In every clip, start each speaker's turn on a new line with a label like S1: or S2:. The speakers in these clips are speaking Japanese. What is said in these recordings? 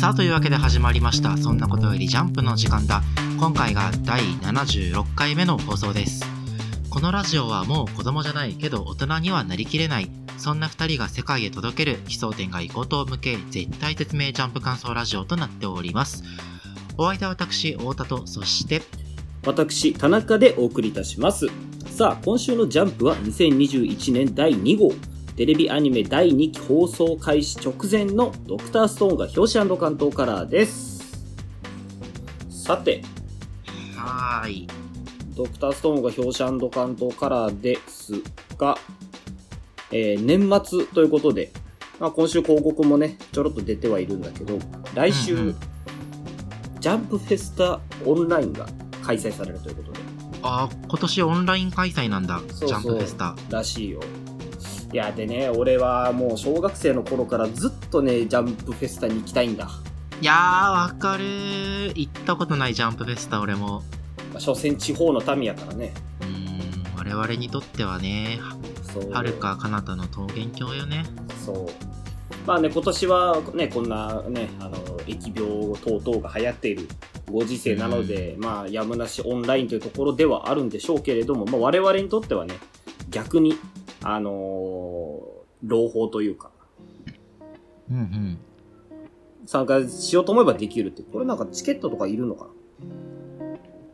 S1: さあというわけで始まりました「そんなことよりジャンプ」の時間だ今回が第76回目の放送ですこのラジオはもう子供じゃないけど大人にはなりきれないそんな2人が世界へ届ける奇想天外高等向け絶対絶命ジャンプ感想ラジオとなっておりますお相手は私太田とそして
S2: 私田中でお送りいたしますさあ今週の「ジャンプ」は2021年第2号テレビアニメ第2期放送開始直前の「ドクターストーンが表紙関東カラーですさて
S1: はーい
S2: 「ドクターストーンが表紙関東カラーですが、えー年末ということで、まあ、今週広告もねちょろっと出てはいるんだけど来週、
S1: うんうん
S2: ジャンプフェスタオンラインが開催されるということで
S1: あー今年オンライン開催なんだ
S2: そうそう
S1: ジャンプフェスタ
S2: らしいよいやでね俺はもう小学生の頃からずっとねジャンプフェスタに行きたいんだ、ま
S1: いやーわかるー行ったことないジャンプフェスタ俺も
S2: あ、所詮地方の民やからね
S1: うーん我々にとってはね
S2: そう
S1: はるか彼方の桃源郷よね
S2: そうまあね今年はねこんなねあの疫病等々が流行っているご時世なので、まあやむなしオンラインというところではあるんでしょうけれども、まあ、我々にとってはね逆にあのー朗報というか
S1: うんうん
S2: 参加しようと思えばできるってこれなんかチケットとかいるのかな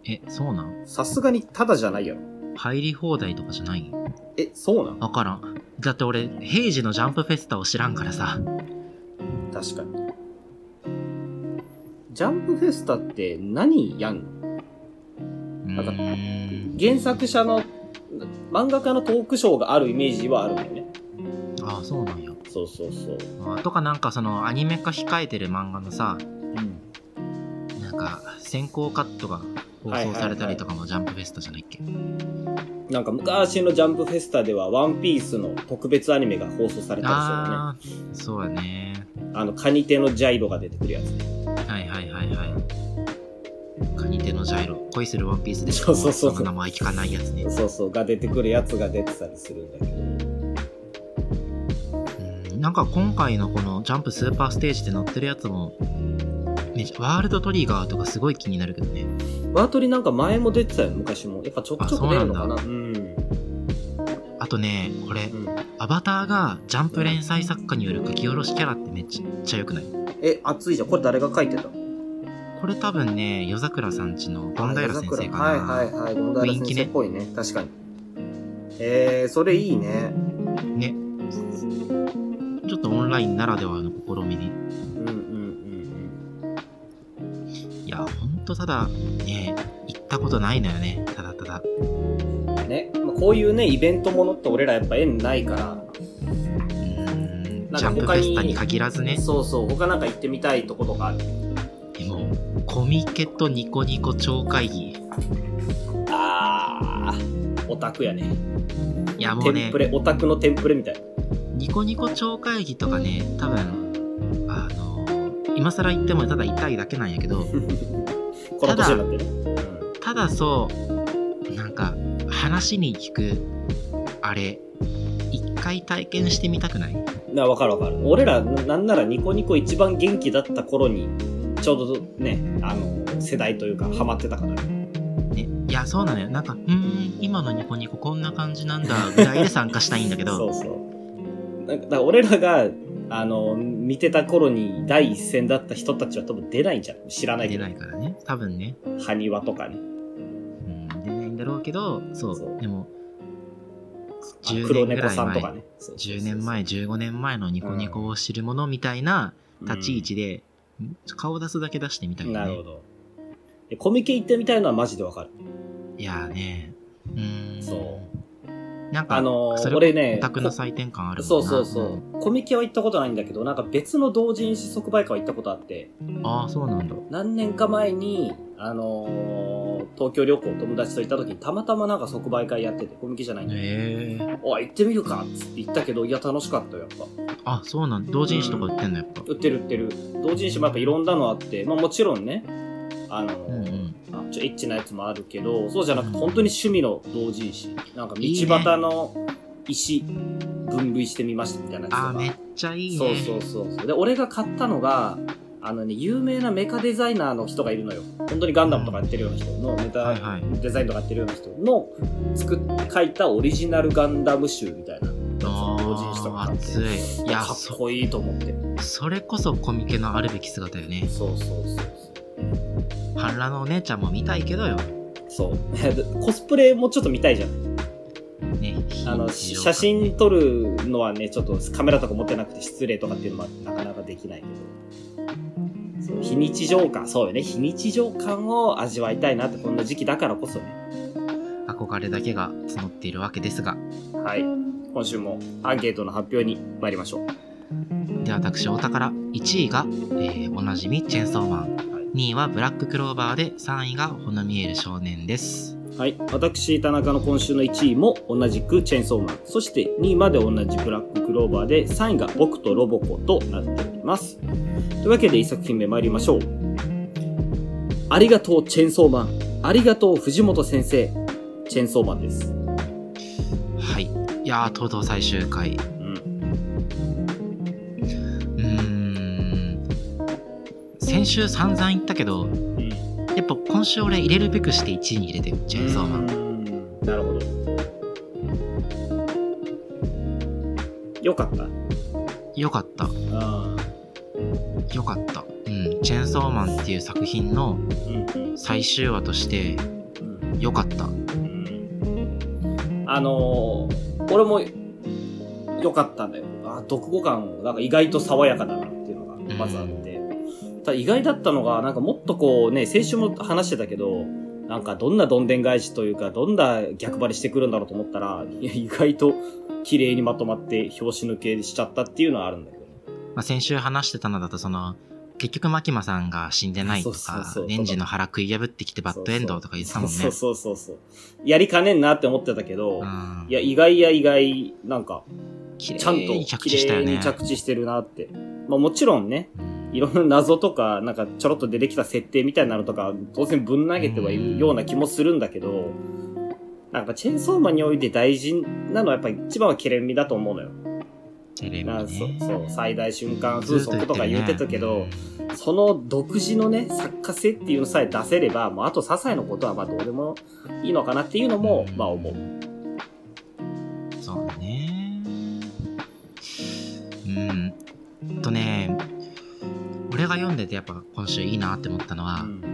S1: えそうなん
S2: さすがにタダじゃないやろ。
S1: 入り放題とかじゃない
S2: え、そうなの
S1: わからんだって俺平時のジャンプフェスタを知らんからさ
S2: 確かに。ジャンプフェスタって何やんの
S1: うーん
S2: 原作者の漫画家のトークショーがあるイメージはあるんだよね。
S1: ああそうなんや
S2: そうそうそう。
S1: あーとかなんかそのアニメ化控えてる漫画のさ
S2: うん。
S1: なんか先行カットが放送されたりとかもジャンプフェスタじゃないっけ、
S2: なんか昔のジャンプフェスタではワンピースの特別アニメが放送されたりしたよね。
S1: ああそうやね
S2: あの、カニ手のジャイロが出てくるやつね。
S1: はいはいはいはいカニ手のジャイロ恋するワンピースでしか
S2: そうそうそう
S1: そんな名前聞かないやつね
S2: そうそう、が出てくるやつが出てたりするんだけど。
S1: うんなんか今回のこのジャンプスーパーステージで乗ってるやつも、めちゃワールドトリガーとかすごい気になるけどね。
S2: ワートリなんか前も出てたよ、昔も。やっぱちょくちょく出るのかな。
S1: あ
S2: うん。
S1: あとね、これ
S2: う、ん
S1: アバターがジャンプ連載作家による書き下ろしキャラってめっちゃ良くない
S2: え、熱いじゃん。これ誰が書いてた
S1: これ多分ね、夜桜さんちのゴンダイラ先生かな。
S2: はいはいはい、ゴンダイラ先生っぽいね。確かに。えー、それいいね。
S1: ね。ちょっとオンラインならではの試みに。
S2: うんうんうん
S1: いや、ほんとただ、ね、行ったことないのよね。ただただ。
S2: うん。ね、まあこういうね、イベントものって俺らやっぱ縁ないから、
S1: うん
S2: なん
S1: ジャン
S2: か他に
S1: プフェスタに限らずね。
S2: そうそう、他なんか行ってみたいとことかある。
S1: でも、コミケとニコニコ超会議。
S2: あー、オタクやね。
S1: いやも
S2: テ
S1: う
S2: ン
S1: ね
S2: プ、レ、オタクのテンプレみたい。
S1: ニコニコ超会議とかね、多分、あの、今更言ってもただ痛いだけなんやけ ど、
S2: この年になってね。うん
S1: ただそう、なんか、話に聞く、あれ、一回体験してみたくない
S2: なわかるわかる俺らななんならニコニコ一番元気だった頃にちょうどねあの世代というかハマってたからね
S1: ね、いや、そうなのよ。なんか、うーん、今のニコニコこんな感じなんだ、ぐらいで参加したいんだけ
S2: そ
S1: ど、
S2: うそうなんかだから俺らがあの見てた頃に第一線だった人たちは多分出ないんじゃん知らないけ
S1: 出
S2: ど
S1: ないからね、多分ね、
S2: 埴輪とかね
S1: うん、出ないんだろうけど、そう、
S2: そう
S1: でも、
S2: あ
S1: 10
S2: 黒
S1: 年ぐ
S2: 猫
S1: らい
S2: さん
S1: 前
S2: とか、ねそうそうそう
S1: 10年前、15年前のニコニコを知るものみたいな、立ち位置で、ん顔出すだけ出してみた
S2: う
S1: い
S2: ん
S1: な、
S2: なる
S1: ね
S2: ほ、どでコミケ行ってみたいのはマジでわかる
S1: いやーねうーん
S2: そう
S1: なんか
S2: あのー
S1: それ
S2: 俺ね
S1: オタクの祭典感あるもんな
S2: そうそうそうコミケは行ったことないんだけどなんか別の同人誌即売会は行ったことあって
S1: んああそうなんだ
S2: 何年か前に、あのー東京旅行友達と行った時にたまたまなんか即売会やっててコミケじゃないんだよ、
S1: へえー、
S2: おい行ってみるかっつって行ったけどいや楽しかったよやっぱ
S1: あそうなん同人誌とか売ってんのやっぱ
S2: 売ってる売ってる同人誌もやっぱいろんなのあって、まあ、もちろんねあのー
S1: うんうん
S2: あちょエッチなやつもあるけどそうじゃなくて本当に趣味の同人誌なんか道端の石分類してみましたみたいなやつと
S1: あ
S2: か
S1: ーめっちゃいいね
S2: そうそうそうそうで俺が買ったのがあのね、有名なメカデザイナーの人がいるのよ。本当にガンダムとかやってるような人の、メ
S1: はい
S2: タ
S1: はい
S2: デザインとかやってるような人の作っ、書いたオリジナルガンダム集みたいなやつを同人誌とか
S1: あ
S2: 買
S1: ー
S2: って
S1: 熱いいや
S2: かっ
S1: そ
S2: こいいと思って。
S1: それこそコミケのあるべき姿よね
S2: そうそうそう
S1: 半裸のお姉ちゃんも見たいけどよ
S2: そう。そう。コスプレもちょっと見たいじゃん。
S1: ね
S2: あの、
S1: 非常
S2: 写真撮るのはね、ちょっとカメラとか持ってなくて失礼とかっていうのはなかなかできないけど。そう、非日常感、そうよね。非日常感を味わいたいなって、こんな時期だからこそね。
S1: 憧れだけが募っているわけですが
S2: はい。今週もアンケートの発表に参りましょう。
S1: で私お宝1位が、えーおなじみチェンソーマン2位はブラッククローバーで3位がほの見える少年です
S2: はい。私、田中の今週の1位も同じくチェーンソーマン。そして2位まで同じブラッククローバーで、3位が僕とロボコとなっております。というわけで1作品目参りましょう。ありがとう、チェーンソーマン。ありがとう、藤本先生。チェーンソーマンです。
S1: はいいやーとうとう最終回
S2: うん。
S1: うーん先週散々言ったけど
S2: うん。
S1: やっぱ今週俺入れるべくして1位に入れてるチェーンソーマン
S2: ン。なるほど。よかった。
S1: よかった
S2: あ
S1: よかったうんチェーンソーマンっていう作品の
S2: ーうんうん
S1: 最終話として
S2: うん。
S1: よかった
S2: あのー俺も良かったんだよ。あ、読後感、なんか意外と爽やかだなっていうのがまずあって。ただ意外だったのが、なんかもっとこうね、先週も話してたけど、なんかどんなどんでん返しというか、どんな逆張りしてくるんだろうと思ったら、 いや意外と綺麗にまとまって表紙抜けしちゃったっていうのはあるんだけど。
S1: まあ、先週話してたのだとその結局牧間さんが死んでないと
S2: そうそう
S1: か
S2: そう
S1: 年次の腹食い破ってきてバッドエンドとか言ってたもんね
S2: そうそうそうそう。やりかねんなって思ってたけど、
S1: うん
S2: いや、意外や意外、なんか、
S1: 綺
S2: ちゃん
S1: 麗に
S2: と
S1: 着
S2: 綺
S1: 地したよ
S2: 麗に
S1: ね
S2: 着地してるなって。まあもちろんね、
S1: うん
S2: いろんな謎とか、なんかちょろっと出てきた設定みたいなのとか、当然ぶん投げてはいるような気もするんだけど、なんかチェーンソーマンにおいて大事なのはやっぱ一番はケレン味だと思うのよ。
S1: テレビね
S2: なんかそうそう、最大瞬間風速とか言ってたけど、
S1: ずっと言ってるね
S2: その独自のね、作家性っていうのさえ出せれば、もうあと些細なことはまあどうでもいいのかなっていうのも、まあ思う。
S1: うんそうだねうんえっとね俺が読んでてやっぱ今週いいなって思ったのは、
S2: うん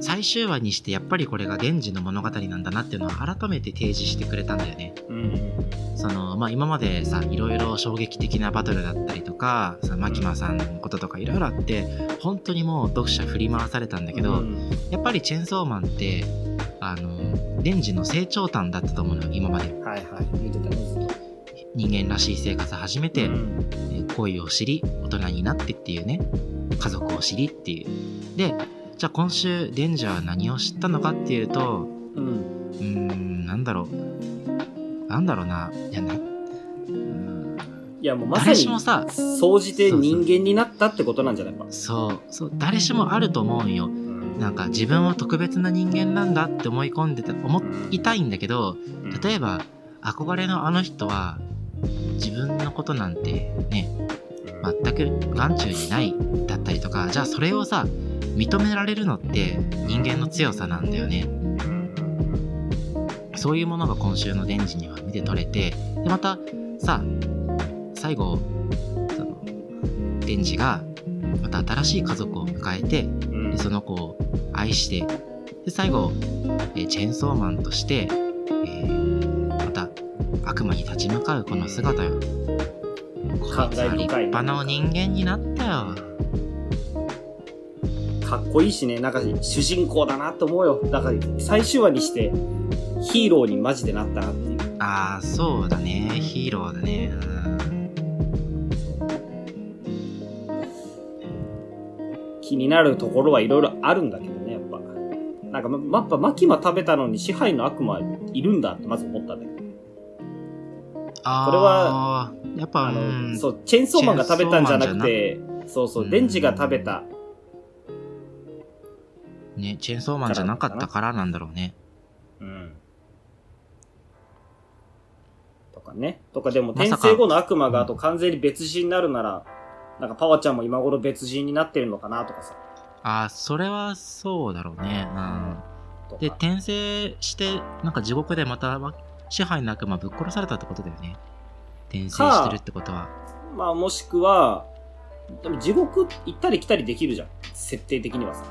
S1: 最終話にしてやっぱりこれが源氏の物語なんだなっていうのを改めて提示してくれたんだよね
S2: うん
S1: そのまあ、今までさいろいろ衝撃的なバトルだったりとかさマキマさんのこととかいろいろあって本当にもう読者振り回されたんだけど、
S2: うん
S1: やっぱりチェンソーマンってあのレンジの成長譚だったと思うのよ今まで
S2: はいはい、言ってたねずっと。
S1: 人間らしい生活始めて、
S2: うん
S1: えー恋を知り大人になってっていうね家族を知りっていうでじゃあ今週デンジは何を知ったのかっていうと
S2: うん。
S1: うーんなんだろうなんだろうないやなうーん
S2: いや、もうまさ
S1: 誰し
S2: に、
S1: もさ
S2: 総じて人間になったってことなんじゃないか。
S1: そうそう誰しもあると思うんよ
S2: うん
S1: なんか自分は特別な人間なんだって思い込んでて思いたいんだけど例えば憧れのあの人は自分のことなんてね全く眼中にないだったりとかじゃあそれをさ認められるのって人間の強さなんだよねそういうものが今週の「デンジ」には見て取れてでまたさ最後そのデンジがまた新しい家族を迎えて
S2: うん
S1: でその子を愛してで最後、えーチェーンソーマンとして、えーまた悪魔に立ち向かうこの姿よこいつは
S2: 感慨深い
S1: 立派なお人間になったよ
S2: かっこいいしね、なんか主人公だなと思うよ。だから最終話にしてヒーローにマジでなったなっていう。
S1: ああそうだねヒーローだねうん
S2: 気になるところはいろいろあるんだけどね、やっぱ。なんか、ま、やっぱ、マキマ食べたのに支配の悪魔いるんだってまず思ったんだけど。
S1: あ
S2: これは
S1: ーやっぱ
S2: あ
S1: うん
S2: の、そう、チェーンソーマンが食べたんじゃなくて、そうそうう、
S1: ん
S2: デンジが食べた
S1: ねチェーンソーマンじゃなかったからなんだろうね
S2: うんとかね。とかでも、
S1: ま
S2: 転
S1: さか
S2: 生後の悪魔があと完全に別人になるなら、なんかパワちゃんも今頃別人になってるのかなとかさ。
S1: あーそれはそうだろうね。うん。
S2: とか
S1: で、転生して、なんか地獄でまたわ支配の悪魔ぶっ殺されたってことだよね。転生してるってことは。
S2: まあもしくは、でも地獄行ったり来たりできるじゃん。設定的にはさ。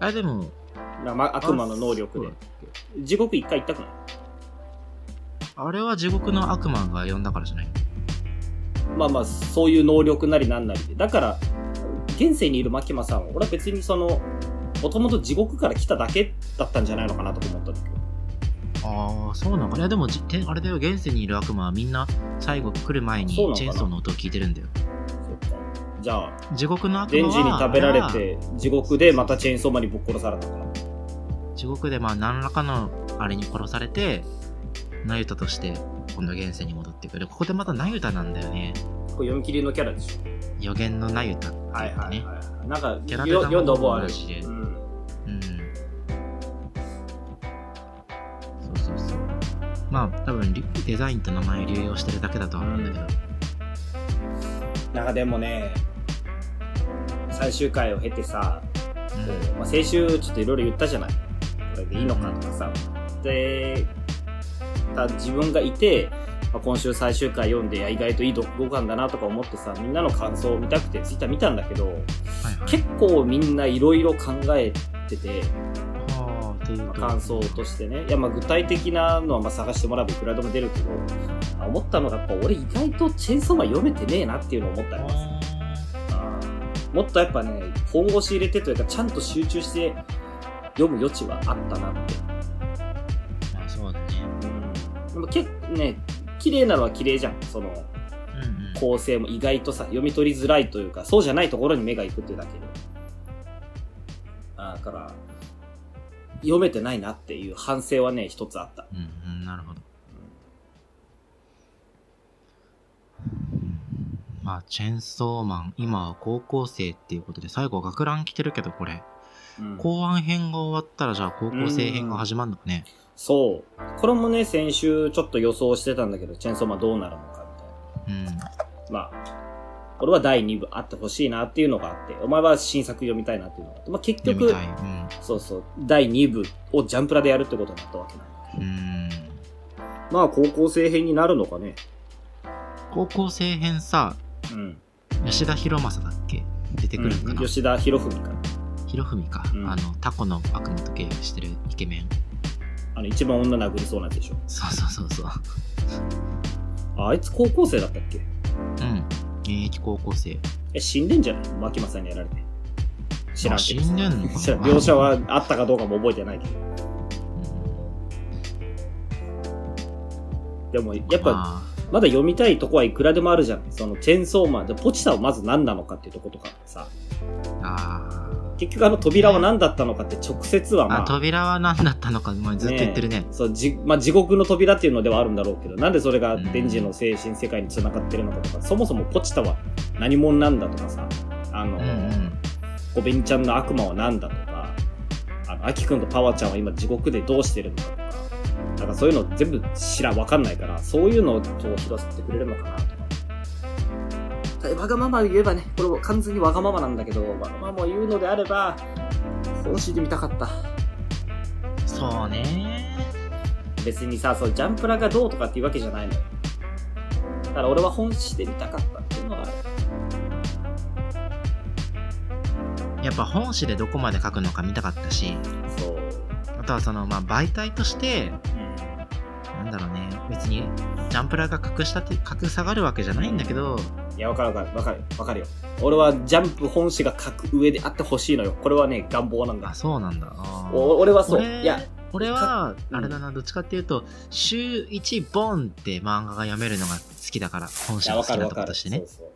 S1: あれでも、
S2: なま悪魔の能力で
S1: あ。
S2: 地獄一回行ったくない
S1: あれは地獄の悪魔が呼んだからじゃない
S2: まあまあ、そういう能力なりなんなりで。だから、現世にいる牧間さんは、俺は別にその、もともと地獄から来ただけだったんじゃないのかなとか思ったんだけど。
S1: ああ、そうなのかな。いやでもじ、てあれだよ、現世にいる悪魔はみんな最後来る前に
S2: そうなのか
S1: チ
S2: な
S1: ェーンソーの音を聞いてるんだよ。
S2: そっか。じゃあ、
S1: 地獄の悪魔
S2: レ
S1: は
S2: ンジに食べられ
S1: あ
S2: て、地獄でまたチェーンソーマンにぶっ殺されたから。
S1: は地獄でまあ何らかのあれに殺されて、ナユタとして今度現世に戻ってくる。ここでまたナユタなんだよね。
S2: これ読み切りのキャラでしょ。
S1: 予言のナユタっていうかね。
S2: はい。なんか、
S1: キャラ
S2: よ
S1: デザ
S2: 読んだ
S1: も
S2: 覚え
S1: 同
S2: ある。
S1: じで。
S2: うん。
S1: うん。そうそうそう。まあ多分リデザインと名前を流用してるだけだとは思うんだけど。
S2: なんかでもね、最終回を経てさ、
S1: うん
S2: こうまあ、先週ちょっといろいろ言ったじゃないこれでいいのかとかさでた自分がいて、まあ今週最終回読んでいや意外といい読後感だなとか思ってさみんなの感想を見たくてツイッター見たんだけど
S1: はいはい。
S2: 結構みんないろいろ考えてて、
S1: ああ、という
S2: まあ
S1: と。
S2: 感想としてねいやまあ具体的なのはまあ探してもらえばいくらでも出るけどあ思ったのがやっぱ俺意外とチェーンソーマン読めてねえなっていうのを思ったりますもっとやっぱね、本腰入れてというか、ちゃんと集中して読む余地はあったなって。
S1: まあそうだね。
S2: でも結構ね、綺麗なのは綺麗じゃん。その
S1: うんうん。
S2: 構成も意外とさ、読み取りづらいというか、そうじゃないところに目が行くっていうだけで。あーだから、読めてないなっていう反省はね、一つあった。
S1: うんうん、なるほど。まあ、チェンソーマン、今は高校生っていうことで、最後学ラン来てるけど、これ。
S2: うん
S1: 後半編が終わったら、じゃあ高校生編が始まるのかね。
S2: そう。これもね、先週ちょっと予想してたんだけど、チェーンソーマンどうなるのかみたい
S1: う
S2: な。
S1: ん。
S2: まあ、俺は第2部あってほしいなっていうのがあって、お前は新作読みたいなっていうのがあって、まあ、結
S1: 読み
S2: 局
S1: た、い。うん。
S2: そうそう、第2部をジャンプラでやるってことになったわけなんだ
S1: うん。
S2: まあ、高校生編になるのかね。
S1: 高校生編さ、
S2: うん。
S1: 吉田博正だっけ出てくるのかな、
S2: 吉田博文から。
S1: 博文か、
S2: うん
S1: あの、タコの悪魔と契約してるイケメン。
S2: あの、一番女殴りそうなやつでしょ。
S1: そうそうそうそう。
S2: ああいつ高校生だったっけ
S1: うん。現役高校生。
S2: え、死んでんじゃない牧間さんにやられて。知らんけど。
S1: あ死んでんのかな
S2: 知らん。描写はあったかどうかも覚えてないけど。でも、やっぱ、
S1: まあ
S2: まだ読みたいとこはいくらでもあるじゃん。その、チェーンソーマンで、ポチタはまず何なのかっていうとことかさ。
S1: あー
S2: 結局あの扉は何だったのかって直接はま
S1: あ、
S2: あ、
S1: 扉は何だったのか、まあずっと言ってるね。
S2: そうじまあ、地獄の扉っていうのではあるんだろうけどなんでそれがデンジの精神世界に繋がってるのかとか、そもそもポチタは何者なんだとかさあの、
S1: うんうん。
S2: コベニちゃんの悪魔は何だとかあのアキくんとパワちゃんは今地獄でどうしてるのかとかなんかそういうの全部知らわかんないからそういうのをちょっと拾ってくれるのかなとか。ただわがまま言えばね、これも完全にわがままなんだけど、わがままを言うのであれば、本誌で見たかった。
S1: そうね。
S2: 別にさ、そのジャンプラがどうとかっていうわけじゃないのよ。だから俺は本誌で見たかったっていうのがある。
S1: やっぱ本誌でどこまで書くのか見たかったし、
S2: そう。
S1: あとはその、まあ、媒体として、なんだろうね、別に、ジャンプラが隠したて、隠さがるわけじゃないんだけど、
S2: いや、わかるわかる、わかる、わかるよ。俺はジャンプ本誌が書く上であってほしいのよ。これはね、願望なんだ
S1: あ、。そうなんだ。あー
S2: お俺はそう。
S1: 俺
S2: いや、
S1: 俺は、
S2: うん
S1: あれだな、どっちかっていうと、週1ボンって漫画が読めるのが好きだから、本
S2: い
S1: 誌
S2: や、
S1: が
S2: わ
S1: 好
S2: か
S1: き
S2: る
S1: な
S2: わ
S1: とこ
S2: か
S1: ろ
S2: る。
S1: としてね。
S2: そうそう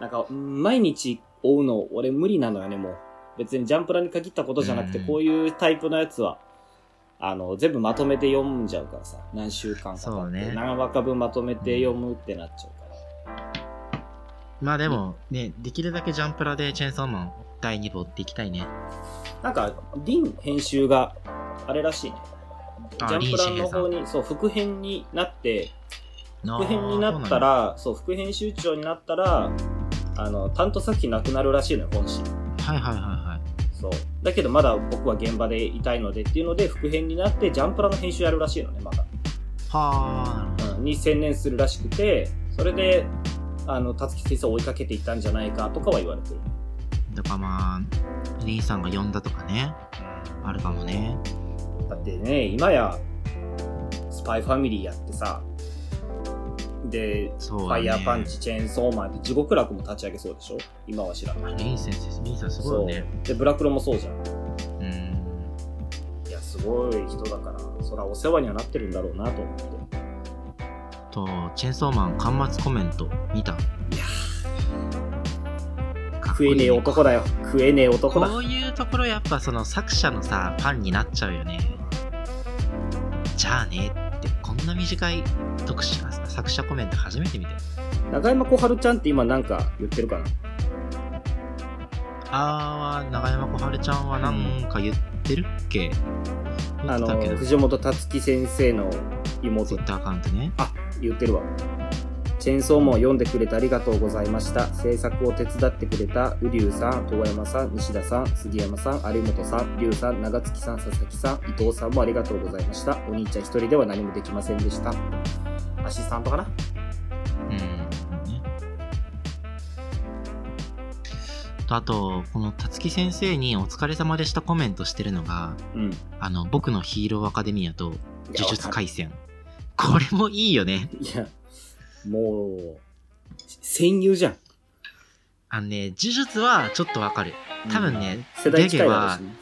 S2: なんか、うん毎日追うの、俺無理なのよね、もう。別にジャンプラに限ったことじゃなくて、
S1: うん
S2: こういうタイプのやつは、あの、全部まとめて読んじゃうからさ。何週間かか
S1: そう
S2: って、
S1: ね
S2: 何話か分まとめて読むってなっちゃうから。
S1: まあでも、ね、できるだけジャンプラでチェーンソーマン第2部追っていきたいね。
S2: なんか、リン編集が、あれらしいね。ジャンプランの方に、そう、副編になって、
S1: の
S2: 副編になったら、そう、副編集長になったら、あの、担当作品なくなるらしいのよ、本誌。
S1: はいはいはいはい
S2: そう。だけどまだ僕は現場でいたいのでっていうので、副編になって、ジャンプラの編集やるらしいのね、まだ。
S1: は
S2: うんに専念するらしくて、それで、あの、たつき先生を追いかけていったんじゃないかとかは言われてる。
S1: あとかまあリンさんが呼んだとかねあるかもね
S2: だってね、今や、スパイファミリーやってさ、で、
S1: そう
S2: フ
S1: だ
S2: ァ
S1: ね
S2: イヤーパンチ、チェーンソーマンって地獄楽も立ち上げそうでしょ今は知らない。
S1: リン先生リンさんすごいよね
S2: で、ブラクロもそうじゃん。
S1: うん
S2: いや、すごい人だから、そらお世話にはなってるんだろうなと思って。
S1: とチェンソーマン端末コメント見た
S2: いや
S1: かっこ
S2: 食
S1: い
S2: え
S1: い
S2: ねえ男だよ。食えねえ男だ。
S1: こういうところやっぱその作者のさファンになっちゃうよねじゃあねってこんな短い特集作者コメント初めて見たよ
S2: 長山小春ちゃんって今なんか言ってるかな
S1: あー長山小春ちゃんはなんか言ってるっけ、言
S2: あ
S1: ってた
S2: の
S1: けど
S2: 藤本辰樹先生の妹
S1: Twitter アカウントね
S2: あ言ってるわチェーンソーマンを読んでくれてありがとうございました制作を手伝ってくれた瓜生さん遠山さん西田さん杉山さん有本さん龍さん長月さん佐々木さん伊藤さんもありがとうございましたお兄ちゃん一人では何もできませんでしたアシスタントかな
S1: うんねとあとこの辰木先生に「お疲れ様でした」コメントしてるのが
S2: うん
S1: あの僕のヒーローアカデミアと呪術廻戦これもいいよね
S2: いやもう戦友じゃん
S1: あのね呪術はちょっとわかる多分ね、
S2: 世代近いだろうしね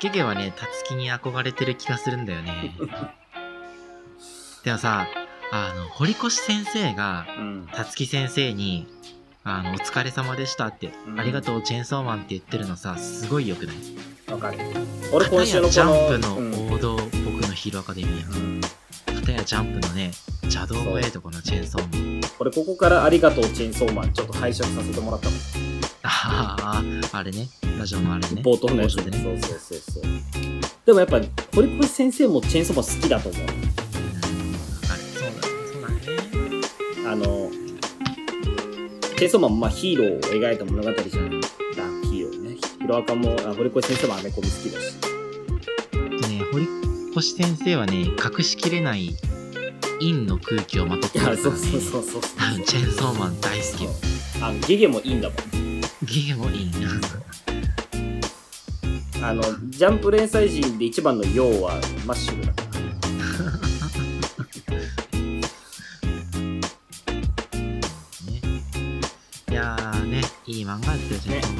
S1: ゲゲはね、タツキに憧れてる気がするんだよ ね。でもさ、あの、堀越先生が、
S2: うん
S1: タツキ先生に、あの、お疲れ様でしたって、
S2: うん
S1: ありがとう、チェーンソーマンって言ってるのさ、すごい良くない
S2: わかる俺今週のこ
S1: 片
S2: の
S1: やジャ
S2: う
S1: ンプ
S2: ん
S1: の王道、僕のヒーローアカデミア。片やジャンプのね、邪道もええとこのチェーンソーマン。
S2: 俺ここからありがとうチェーンソーマンちょっと拝借させてもらったもん
S1: ああ、あれね、ラジオのあれね。
S2: 冒頭のやつ
S1: 冒頭
S2: で
S1: でね。
S2: そうそうそうそうでもやっぱ堀越先生もチェーンソーマン好きだと思う
S1: うんわかるそうだね、そうだね。
S2: あのチェーンソーマンもまあヒーローを描いた物語じゃんダークヒーローねヒロアカもあ堀越先生もアメコミ好きだし
S1: とね堀越先生はね隠しきれない陰の空気をまとって
S2: い
S1: るから、
S2: や
S1: ね、
S2: そうそうそうそうそう
S1: 多分チェーンソーマン大好きよ
S2: あのゲゲもいいんだもん
S1: ゲームもいいな
S2: あのジャンプ連載人で一番の用はマッシュルだから
S1: ねいやーねいい漫画ですよチェーンソー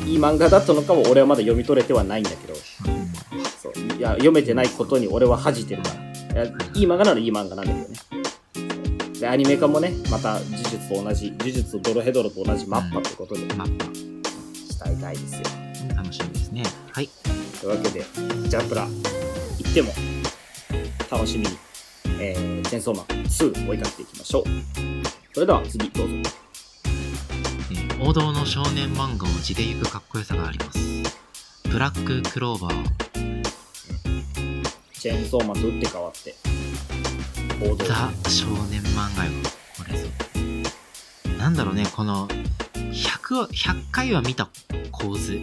S1: マン、
S2: いい漫画だったのかも俺はまだ読み取れてはないんだけどそういや読めてないことに俺は恥じてるからいやいい漫画ならいい漫画なんだけどねそうでアニメ化もねまた呪術と同じ呪術とドロヘドロと同じマッパってことで
S1: うんマッ
S2: 伝えたいですよ
S1: パ楽しみですねはい
S2: というわけでジャンプラ行っても楽しみに、えー、チェンソーマン2追いかけていきましょうそれでは次どうぞ
S1: えー王道の少年漫画を地で行くかっこよさがありますブラッククローバー
S2: チェンソーマンと打って変わって王道
S1: ザ少年漫画よこれぞなんだろうねこの 100, は100回は見た構図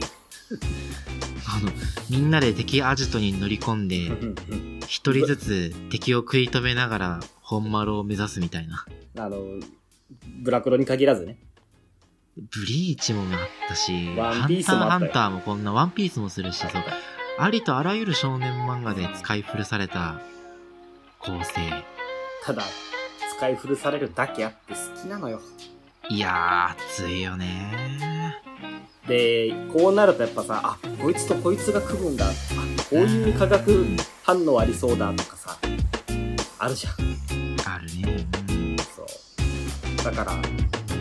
S1: あのみんなで敵アジトに乗り込んで
S2: うんうん
S1: 一人ずつ敵を食い止めながら本丸を目指すみたいな
S2: あのブラクロに限らずね
S1: ブリーチもあったし「
S2: ワ
S1: ハ
S2: ンピー
S1: ン
S2: ス
S1: ター
S2: もあ
S1: ハ
S2: った
S1: ン
S2: よ
S1: ター」もこんな「ワンピースもするしそうありとあらゆる少年漫画で使い古された構成
S2: ただ使い古されるだけあって好きなのよ
S1: いやー熱いよね
S2: でこうなるとやっぱさあこいつとこいつが組むんだあこういう化学反応ありそうだとかさあるじゃん
S1: あるね、うん
S2: そうだから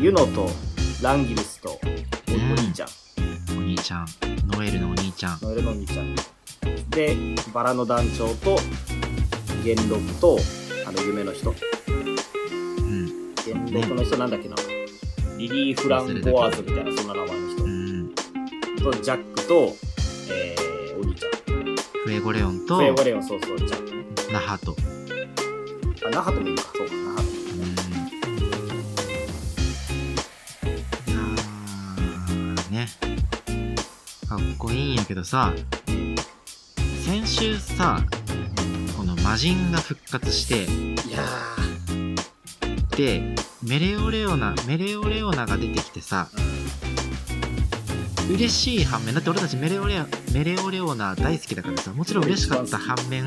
S2: ユノとランギルスとお
S1: うん
S2: 兄ちゃん
S1: お兄ちゃんノエルのお兄ちゃん
S2: ノエルのお兄ちゃんでバラの団長と元禄とあの夢の人
S1: うん
S2: 元禄の人なんだっけなリリー・フランボワーズみたいなそんな名前の人
S1: うん
S2: とジャックと、えー、お兄ちゃん
S1: フエゴレオンと
S2: フェーゴレオン、そうそう、ジャンプね。
S1: 那覇と
S2: あ、那覇ともいいか、そうか、那覇ともいい。
S1: うんあーねかっこいいんやけどさ先週さこの魔人が復活して
S2: いや
S1: でメレオレオナメレオレオナが出てきてさ嬉しい反面だって俺たちメレオレオメレオレオナ大好きだからさもちろん嬉しかった反面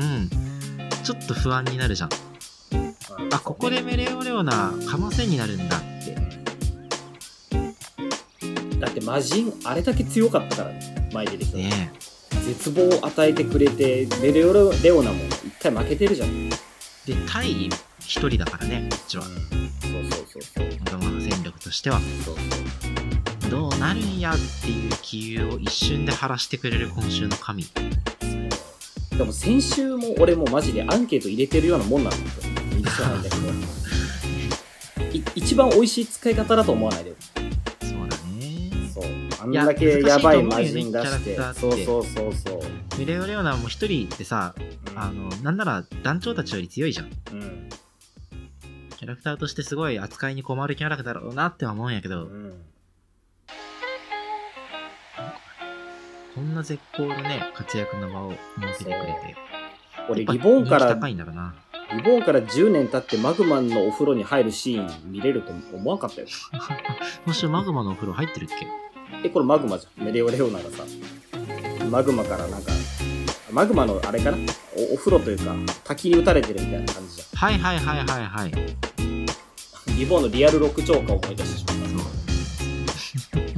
S1: ちょっと不安になるじゃん
S2: ー、うん
S1: あここでメレオレオナ可能性になるんだって
S2: だって魔人あれだけ強かったからね前出てきた、
S1: ね
S2: 絶望を与えてくれてメレオレオナも一回負けてるじゃん、
S1: で対一人だからねこっちは
S2: そうそうそう
S1: 子供の戦力としては
S2: そうそう
S1: どうなるんやっていう気憂を一瞬で晴らしてくれる今週の神
S2: そうでも先週も俺もうマジでアンケート入れてるようなもんなんだ けどいい人なんだけどい一番美味しい使い方だと思わないで
S1: そうだね
S2: そうあんだけやばい魔
S1: 難しい
S2: 人
S1: と
S2: 出
S1: 思うよね
S2: して
S1: キャラクタ
S2: そ
S1: ーっ
S2: う
S1: て
S2: そうそうそう
S1: メレオレオナはもう一人ってさあのなんなら団長たちより強いじゃん
S2: うん
S1: キャラクターとしてすごい扱いに困るキャラクターだろうなっては思うんやけ
S2: う
S1: ど
S2: ん
S1: こんな絶好のね活躍の場を設けてくれて
S2: 俺
S1: やっぱ
S2: リボンか
S1: 人
S2: ら
S1: 気高いんだろうな
S2: リボンから10年経ってマグマンのお風呂に入るシーン見れると思わんかったよ
S1: もしマグマのお風呂入ってるっけ
S2: えこれマグマじゃんメレオレオナがさマグマからなんかマグマのあれかなおお風呂というか滝に打たれてるみたいな感じじ
S1: はいはいはいはいはいそ
S2: ゃんリボンのリアル六丁化を思い出してしまっ
S1: う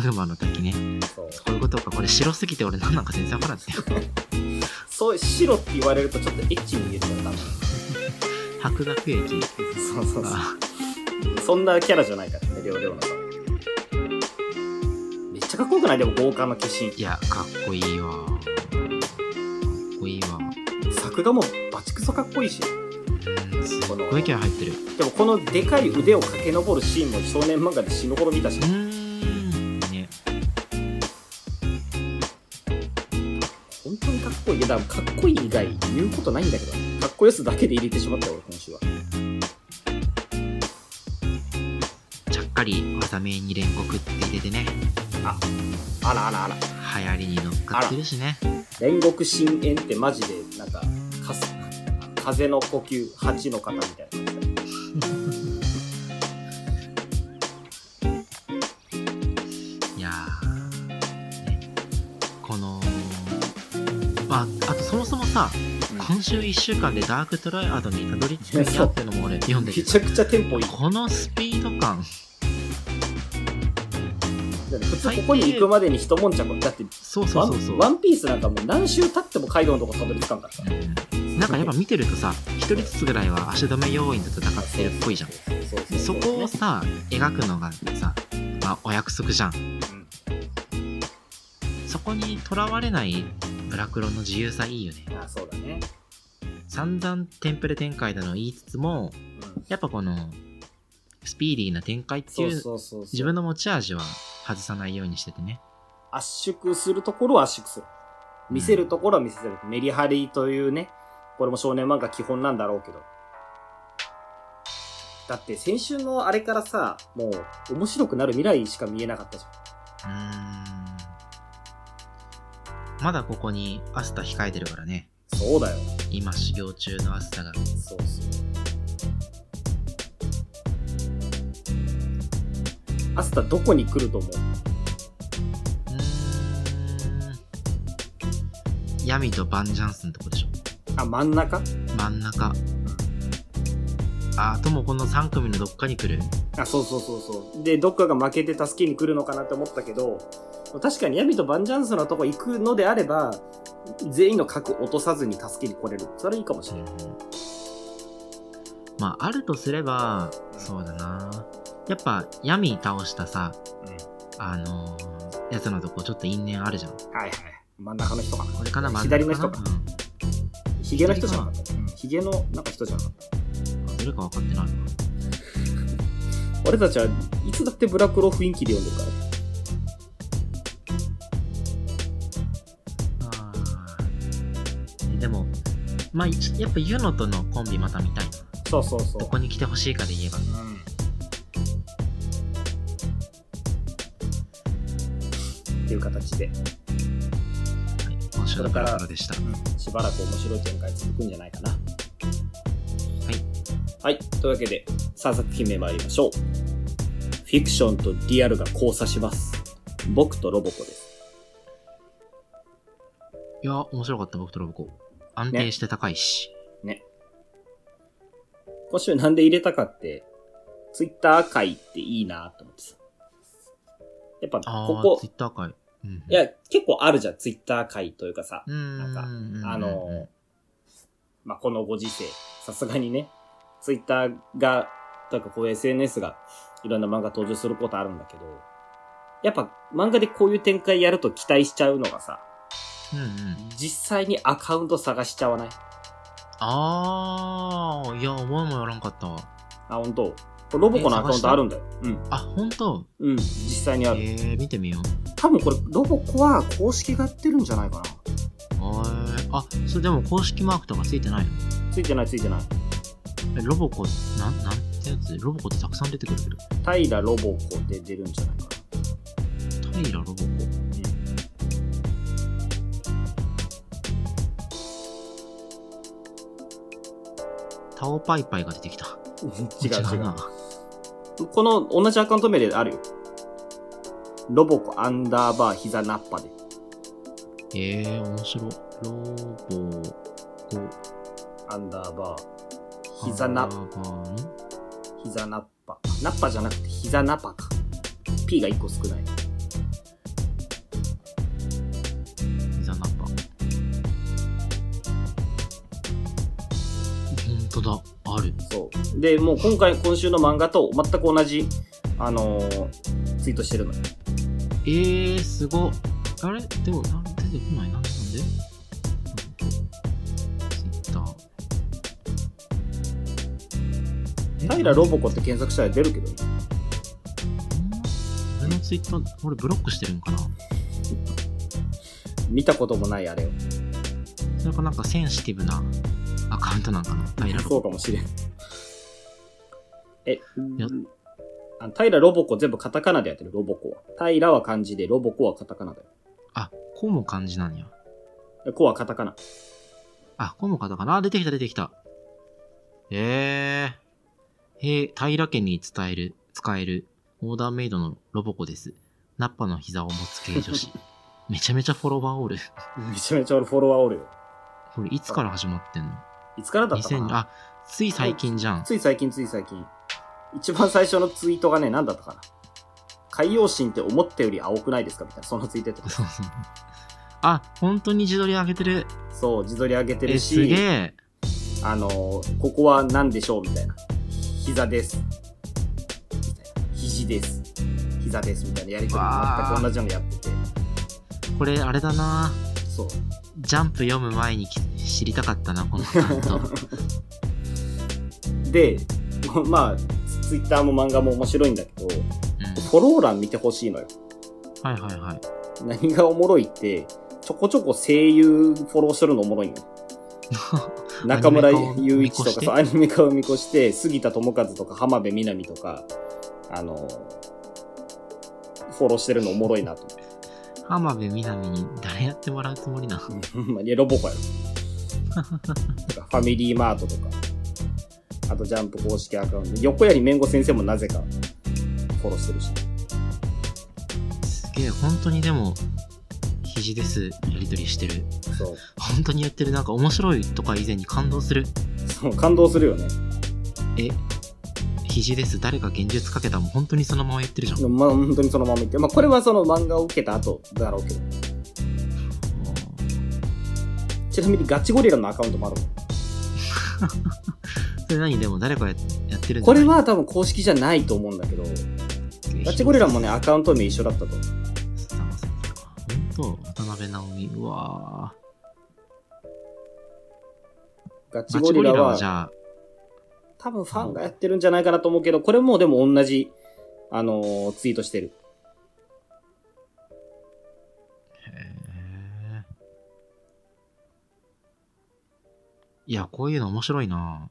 S1: マグマの滝ね
S2: たそう
S1: こういうことかこれ白すぎて俺なんなんか全然わからんね
S2: そう白って言われるとちょっとエッチに見えるからな
S1: 白学駅
S2: そうそうそ
S1: あ
S2: う そんなキャラじゃないからメレオレオナさんめっちゃかっこよくないでも豪華な化身
S1: いやかっこいいわかっこいいわ
S2: 作画もバチクソかっこいいし
S1: うんすっごい気合入ってる
S2: でもこのでかい腕を駆け上るシーンも少年漫画で死ぬほど見たし
S1: うーんね
S2: 本当にかっこいい。いや、だからかっこいい以外言うことないんだけど、かっこよさだけで入れてしまったよ、俺、今週は。
S1: ちゃっかり技名に煉獄って入れてね
S2: あらあらあら。
S1: 流行りに乗っかってるしね
S2: 煉獄深淵ってマジで、なんか、かす、風の呼吸、蜂の方みたいな感じだよ。
S1: いやー、ね、このまああとそもそもさ、今週1週間でダークトライアドにたどり着くにゃってのも俺読んで
S2: め
S1: る
S2: ちゃくちゃテンポいい。
S1: このスピード感
S2: だって普通ここに行くまでに一悶着。だって、
S1: そう
S2: ワ
S1: そう
S2: ン
S1: そうそう
S2: ワンピースなんかもう何週経ってもカイドウのとこたどり着かんからさ。
S1: うんなんかやっぱ見てるとさ1人ずつぐらいは足止め要員と戦ってるっぽいじゃん
S2: そうそう
S1: そ
S2: そう。
S1: こをさ描くのがさ、まあ、お約束じゃん
S2: うん
S1: そこにとらわれないブラクロの自由さいいよね
S2: あ、そうだね。
S1: 散々テンプレ展開だの言いつつも
S2: うん。
S1: やっぱこのスピーディーな展開って
S2: そ
S1: いうう
S2: そうそうそう。
S1: 自分の持ち味は外さないようにしててね
S2: 圧縮するところは圧縮する。見せるところは見せる。メリハリというね、これも少年漫画基本なんだろうけど。だって先週のあれからさ、もう面白くなる未来しか見えなかったじ
S1: うーんまだここにアスタ控えてるからね
S2: ゃん。そうだよ。
S1: 今修行中のアスタが
S2: そうそう。アスタどこに来ると思う
S1: うーん闇とバンジャンスのとこでしょ
S2: あ、真ん中
S1: 真ん中あともこの3組のどっかに来る
S2: あ、そうそうそうそう。で、どっかが負けて助けに来るのかなって思ったけど、確かに闇とバンジャンスのとこ行くのであれば、全員の核落とさずに助けに来れる。それいいかもしれない。
S1: まああるとすればそうだなやっぱ闇倒したさ、あのーやつのとこちょっと因縁あるじゃん
S2: はいはい。真ん中の人かな。
S1: これかな真ん
S2: 左
S1: 中
S2: の
S1: か
S2: 人
S1: な
S2: かヒゲの人じゃなかった。ヒゲのなんか人じゃなかった。
S1: うんどれか分かってないな
S2: 俺たちはいつだってブラクロ雰囲気で読んでるから。
S1: あーまあ、ちょやっぱユノとのコンビまた見たいな
S2: そうそうそう
S1: ここに来てほしいかで言えば
S2: うんっていう形で、
S1: 今週のパラパラでした
S2: しばらく面白い展開続くんじゃないかな。はい。というわけで、3作品目参りましょう。フィクションとリアルが交差します。僕とロボコです。
S1: いや面白かった僕とロボコ安定して高いし、
S2: 今週なんで入れたかって、ツイッター界っていいなと思ってさ。やっぱ、
S1: ああ
S2: ここ
S1: ツイ、ッター界うん
S2: いや、結構あるじゃん、ツイッター界というかさ
S1: う。ん
S2: なんか
S1: か
S2: あの、まあ、このご時世、さすがにね、ツイッターが、というかこういう SNS がいろんな漫画登場することあるんだけど、やっぱ漫画でこういう展開やると期待しちゃうのがさ、
S1: うんうん
S2: 実際にアカウント探しちゃわない
S1: ああいや思いもよらんかったわ
S2: あ、本当ロボコのアカウントあるんだよ。うん。
S1: あ本当
S2: うん。実際に
S1: え
S2: ある。
S1: ー、見てみよう
S2: 多分これ、ロボコは公式がやってるんじゃないかな。
S1: あーあそれでも公式マークとかついてないの
S2: ついてないついてない。
S1: えロボコなんなんてやつロボコってたくさん出てくるけど
S2: 平ロボコで出るんじゃないかな。
S1: 平ロボコタオパイパイが出てきた
S2: 違う違う。
S1: な
S2: この同じアカウント名であるよ。ロボコアンダーバー膝ナッパで。
S1: えー、面白いロボコ
S2: アンダーバー膝ナッパ、
S1: パー
S2: 膝ナッパ。ナッパじゃなくて膝ナッパか。P が1個少ない。
S1: ピザナッパ本当だある
S2: そう。で、もう今回、今週の漫画と全く同じ、あのーツイートしてるの。
S1: えー、すごっあれでもなん出てこないなんでなんでツイッターえ
S2: 平ロボコって検索したら出るけどね。
S1: うん俺のツイッター俺ブロックしてるんかな
S2: 見たこともないあれを。
S1: それかなんかセンシティブなアカウントなんかなタイラ
S2: そうかもしれん。え、
S1: や
S2: あの平ロボコ全部カタカナでやってる、ロボコは。平は漢字で、ロボコはカタカナだよ。
S1: あ、こうも漢字なんや。
S2: コはカタカナ。
S1: あ、こうも方かなあ出てきた出てきた。えー。へえ、平家に伝える、使える、オーダーメイドのロボコです。ナッパの膝を持つ系女 子。めちゃめちゃフォロワーおる。
S2: めちゃめちゃ俺フォロワーおるよ。
S1: これいつから始まってんの
S2: いつからだったか
S1: ?2000、
S2: な
S1: あ、つい最近じゃん。
S2: つい最近つい最近。一番最初のツイートがね、何だったかな。海洋神って思ったより青くないですかみたいな、そんなツイートやってた
S1: そうそう。あ、本当に自撮り上げてる。
S2: そう、自撮り上げて
S1: え、
S2: る
S1: すげ
S2: し、
S1: え。
S2: あのー、ここは何でしょうみたいな。膝です。みたいな。肘です。膝です。みたいなやりとり
S1: わー
S2: 全く同じようにやってて。
S1: これあれだな
S2: そう。
S1: ジャンプ読む前にき知りたかったな、このアカウン ト。
S2: で、まあ、ツイッターも漫画も面白いんだけ
S1: う
S2: ど、
S1: ん。
S2: フォロー欄見てほしいのよ。
S1: はいはいはい。
S2: 何がおもろいって、ちょこちょこ声優フォローしてるのおも ろいの。中村雄一とかそう、アニメ化を見越して、杉田智和とか浜辺美波とか、あの、フォローしてるのおもろいなと思って。
S1: 浜辺美波に誰やってもらうつもりな。
S2: まあ、いやロボコやろ。とかファミリーマートとか、あとジャンプ公式アカウント、横槍めんご先生もなぜかフォローしてるし。
S1: すげえ、本当にでも、肘です、やりとりしてる。
S2: そう。
S1: 本当にやってる、なんか面白いとか以前に感動する。
S2: そう感動するよね。
S1: え、肘です、誰か現実かけたもん本当にそのまま言ってるじゃん。
S2: まあ、本当にそのまま言って。まあ、これはその漫画を受けた後だろうけど。ちなみにガチゴリラのアカウントもあるもん
S1: それ何でも誰かややってるん
S2: これ
S1: ない
S2: は多分公式じゃないと思うんだけど、ガチゴリラもね、アカウント名一緒だったと思う。
S1: 本当渡辺直美。うわぁ。
S2: ガチ
S1: ガ
S2: ゴ
S1: チ
S2: リ
S1: ゴリ
S2: ラ
S1: ラは
S2: は
S1: じゃあ、
S2: 多分ファンがやってるんじゃないかなと思うけど、これもでも同じ、あのーツイートしてる。
S1: へいや、こういうの面白いな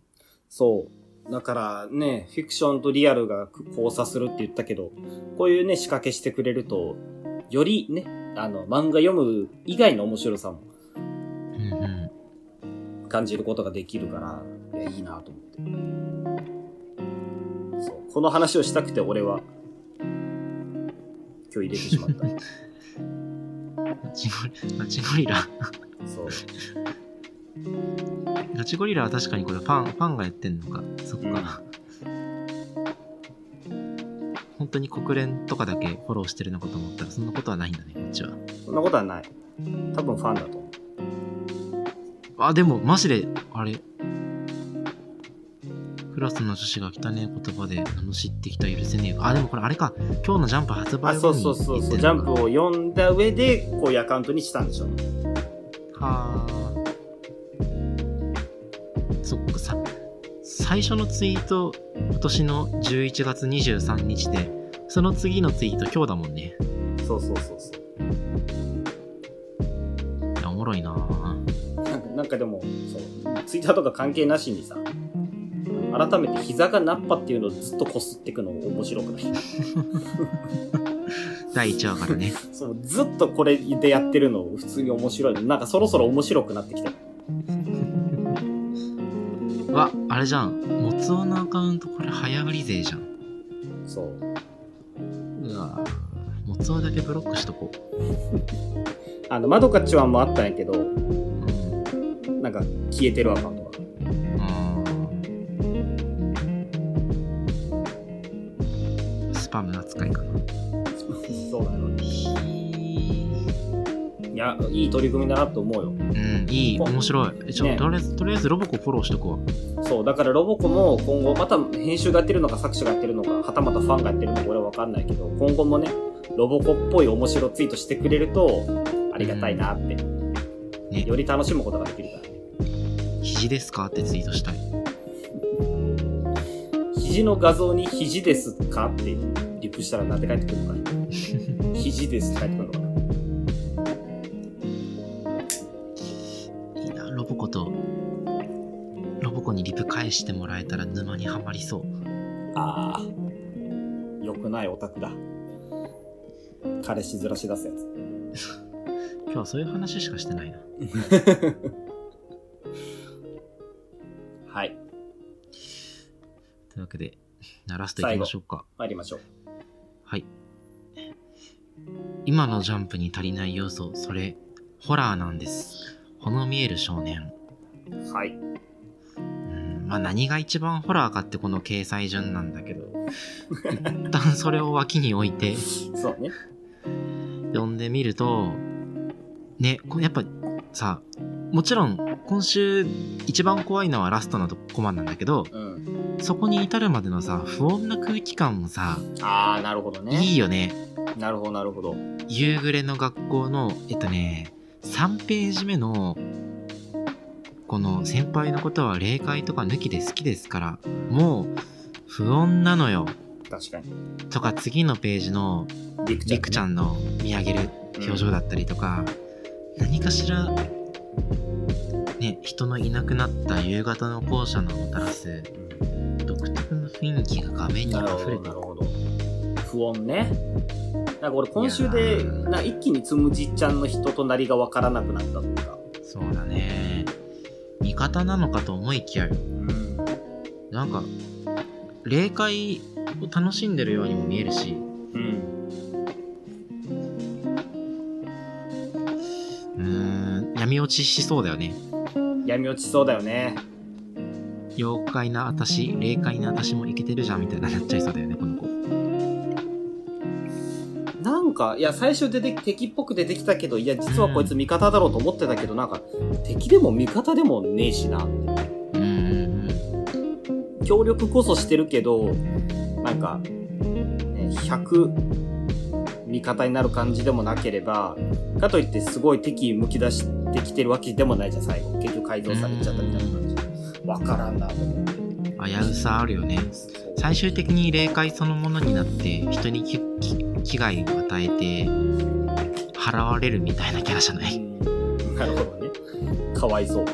S2: そう。だからね、フィクションとリアルが交差するって言ったけど、こういうね、仕掛けしてくれると、よりね、あの、漫画読む以外の面白さも
S1: うんう
S2: 感じることができるから、いや、いいなと思って。そう。この話をしたくて俺は、今日入れてしまった。
S1: ん。ガチゴリガチゴリラ。
S2: そう。
S1: ガチゴリラは確かにこれファン、ファンがやってんのか。そっか。本当に国連とかだけフォローしてるのかと思ったら、そんなことはないんだね、こっちは。
S2: そんなことはない。多分ファンだと思
S1: あ、でも、マジで、あれ。クラスの女子が汚ねえ言葉で罵ってきた許せねえよ。あ、でもこれあれか。今日のジャンプ発
S2: う。あ、
S1: 売
S2: そ
S1: 後
S2: う
S1: に
S2: そうそう
S1: 言っ
S2: そ
S1: て
S2: う。
S1: ん
S2: ジャ
S1: の
S2: ンプ
S1: か
S2: を読んだ上で、こういうアカウントにしたんでしょうね。
S1: はあ。そっか、さ、最初のツイート、今年の11月23日で、その次のツイート今日だもんね。
S2: そうそうそうそう。
S1: いや、おもろいなぁ
S2: なんかなんかでも、そう、ツイッターとか関係なしにさ、改めて膝がナッパっていうのをずっとこすっていくのも面白くない
S1: 第1話から ね。
S2: そう、ずっとこれでやってるの普通に面白いの。なんかそろそろ面白くなってきた。
S1: わ、あれじゃん。もつおのアカウント、これ早売り勢じゃん。
S2: そう。
S1: うわぁもつおだけブロックしとこ
S2: あの、まどかちはもあったんやけど、
S1: う。うん。
S2: なんか消えてるアカウントが。
S1: あースパム扱いかな。
S2: そうだよね。いや、いい取り組みだなと思うよ。
S1: うん、いい、面白い。えちょ、
S2: ね
S1: とりあえず、とりあえずロボコフォローしとくわ。
S2: そう、だからロボコも今後、また編集がやってるのか作者がやってるのか、はたまたファンがやってるのか、俺はわかんないけど、今後もね、ロボコっぽい面白ツイートしてくれると、ありがたいなって、
S1: ね
S2: より楽しむことができるからね。
S1: 肘ですかってツイートしたい。
S2: 肘の画像に肘ですかってリプしたらなんて返ってくるのか な肘ですって返ってくるのかない
S1: いな、ロボコと、ロボコにリプ返してもらえたら沼にはまりそう。
S2: あー、良くないオタクだ。彼氏ずらし出すやつ。
S1: 今日はそういう話しかしてないな。
S2: はい、
S1: というわけで、鳴らすといきましょうか。
S2: 参りましょう。
S1: はい。今のジャンプに足りない要素、それ、ホラーなんです。ほの見える少年。
S2: はい。
S1: うんまあ何が一番ホラーかってこの掲載順なんだけど、一旦それを脇に置いて、
S2: そうね。
S1: 読んでみるとねこやっぱさもちろん今週一番怖いのはラストのとコマなんだけど
S2: うん。
S1: そこに至るまでのさ不穏な空気感もさ
S2: あー、なるほどね。
S1: いいよね
S2: なるほど、なるほど。
S1: 夕暮れの学校のえっとね3ページ目のこの先輩のことは霊界とか抜きで好きですからもう不穏なのよ
S2: 確かに。
S1: とか次のページの
S2: りくちゃん、
S1: りくちゃんの見上げる表情だったりとか、何かしら、ね、人のいなくなった夕方の校舎のもたらす
S2: うん。
S1: 独特の雰囲気が画面に
S2: なる
S1: 溢
S2: ほ
S1: れ
S2: ど、
S1: て
S2: な
S1: る
S2: るほど。不穏ね。なんか俺今週で、
S1: いやー
S2: な一気につむじっちゃんの人となりがわからなくなったというか。
S1: そうだね味方なのかと思いきやよ
S2: うん。
S1: なんか霊界を楽しんでるようにも見えるし
S2: うん。
S1: うーん闇落ちしそうだよね
S2: 闇落ちそうだよね。
S1: 妖怪な私霊界な私もイケてるじゃんみたいななっちゃいそうだよねこの子
S2: なんか、いや、最初出て、敵っぽく出てきたけど、いや、実はこいつ味方だろうと思ってたけど、なんか、敵でも味方でもねえしな、って。
S1: うんうん
S2: 協力こそしてるけど、なんか、ね、100味方になる感じでもなければ、かといってすごい敵むき出してきてるわけでもないじゃん、最後。結局改造されちゃったみたいな感じ。わからんなと思って。
S1: うん危うさあるよね最終的に霊界そのものになって人にきき危害を与えて払われるみたいなキャラじゃない、
S2: うんなるほどね。かわいそう。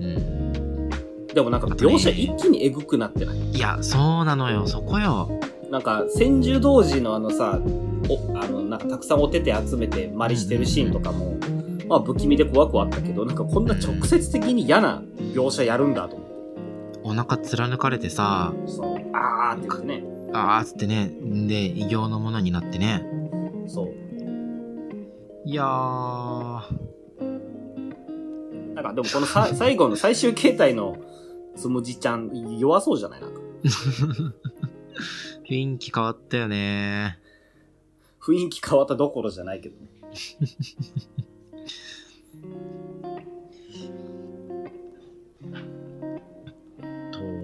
S1: うん、
S2: でもなんか描写一気にエグくなってない
S1: いや、そうなのよ、そこよ。
S2: なんか千住童子のあのさおあのなんかたくさんお手手集めてマリしてるシーンとかも、まあ、不気味で怖くはあったけどなんかこんな直接的に嫌な描写やるんだと思って
S1: お腹貫かれてさ、
S2: そのあーって言ってね
S1: あーっつってね、んで、異形のものになってね。
S2: そう
S1: いやー、
S2: なんかでもこ のさ最後の最終形態のつむじちゃん弱そうじゃないなんか
S1: 雰囲気変わったよね。
S2: 雰囲気変わったどころじゃないけどね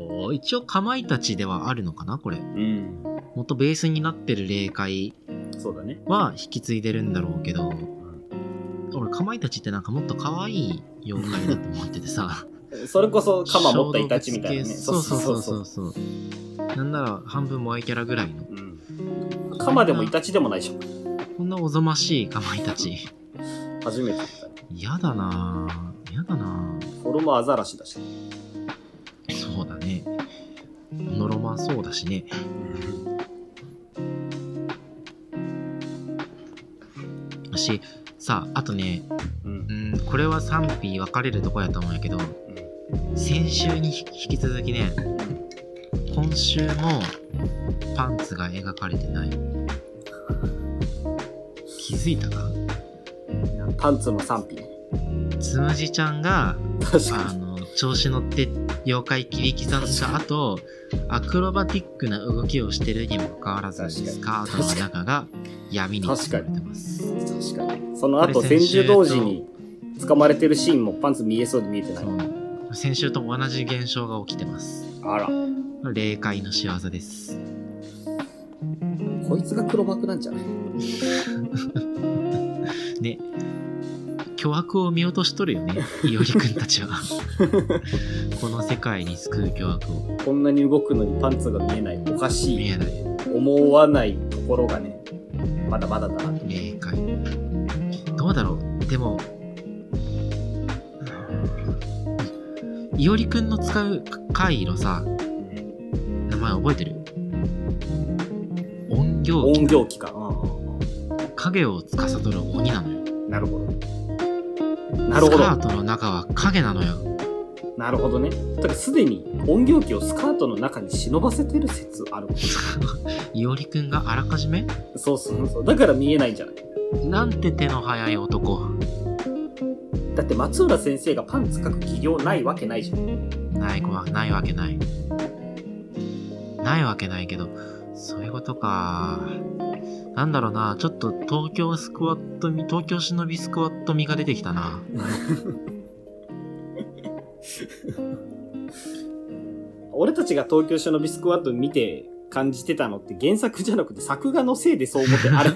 S1: と、一応、かまいたちではあるのかな、これ。
S2: うん
S1: 元ベースになってる霊界
S2: そうだね
S1: は引き継いでるんだろうけど、俺、かまいたちってなんかもっと可愛い妖怪だと思っててさ。
S2: それこそ 鎌持ったイタチみたいなね
S1: そうそうそうそうそう。なんなら半分萌えキャラぐらいの。
S2: うん鎌でもイタチでもないでしょ
S1: こんなおぞましいかまいたち。
S2: 初めて見たね
S1: 嫌だなぁ。嫌だなぁ。
S2: フォルムアザラシだし
S1: そうだね。のろまそうだしね。し、さあ、あとね、
S2: うん
S1: うん、これは賛否分かれるとこやと思うんやけど、先週に引き続きね、今週もパンツが描かれてない。気づいたか
S2: パンツの賛否ね
S1: つむじちゃんが、
S2: 確か
S1: あ
S2: に
S1: の、調子乗って妖怪切り刻んだ後、アクロバティックな動きをしてるにもかかわらず、スカートの中が闇に包まれてます。
S2: 確かにその後
S1: これ
S2: 先
S1: 先週
S2: 住同時に掴まれてるシーンもパンツ見えそうで見えてない
S1: そう先週と同じ現象が起きてます。
S2: あら
S1: 霊界の仕業です。
S2: こいつが黒幕なんじゃない
S1: ね。巨悪を見落としとるよね、いおりくんたちは。 この世界に救う巨悪を。
S2: こんなに動くのにパンツが見えないおかし
S1: 見
S2: い
S1: えない。
S2: 思わないところがねまだまだだなと
S1: 霊界どうだろうでもいおりくんの使う回路さ名前覚えてる音行
S2: 音行機かうん
S1: 影を司る鬼なのよ
S2: なるほどなるほ
S1: スカー
S2: ど
S1: トの中は影なのよ
S2: なるほどねだからすでに音行機をスカートの中に忍ばせてる説あるもん
S1: いおりくんがあらかじめ
S2: そうそうそうだから見えないんじゃない
S1: なんて手の早い男
S2: だって松浦先生がパンツ書く技量ないわけないじゃん
S1: ない子はないわけないないわけないけどそういうことかなんだろうなちょっと東京スクワットみ東京忍びスクワットみが出てきたな
S2: 俺たちが東京忍びスクワット見て感じてたのって原作じゃなくて作画のせいでそう思って あれ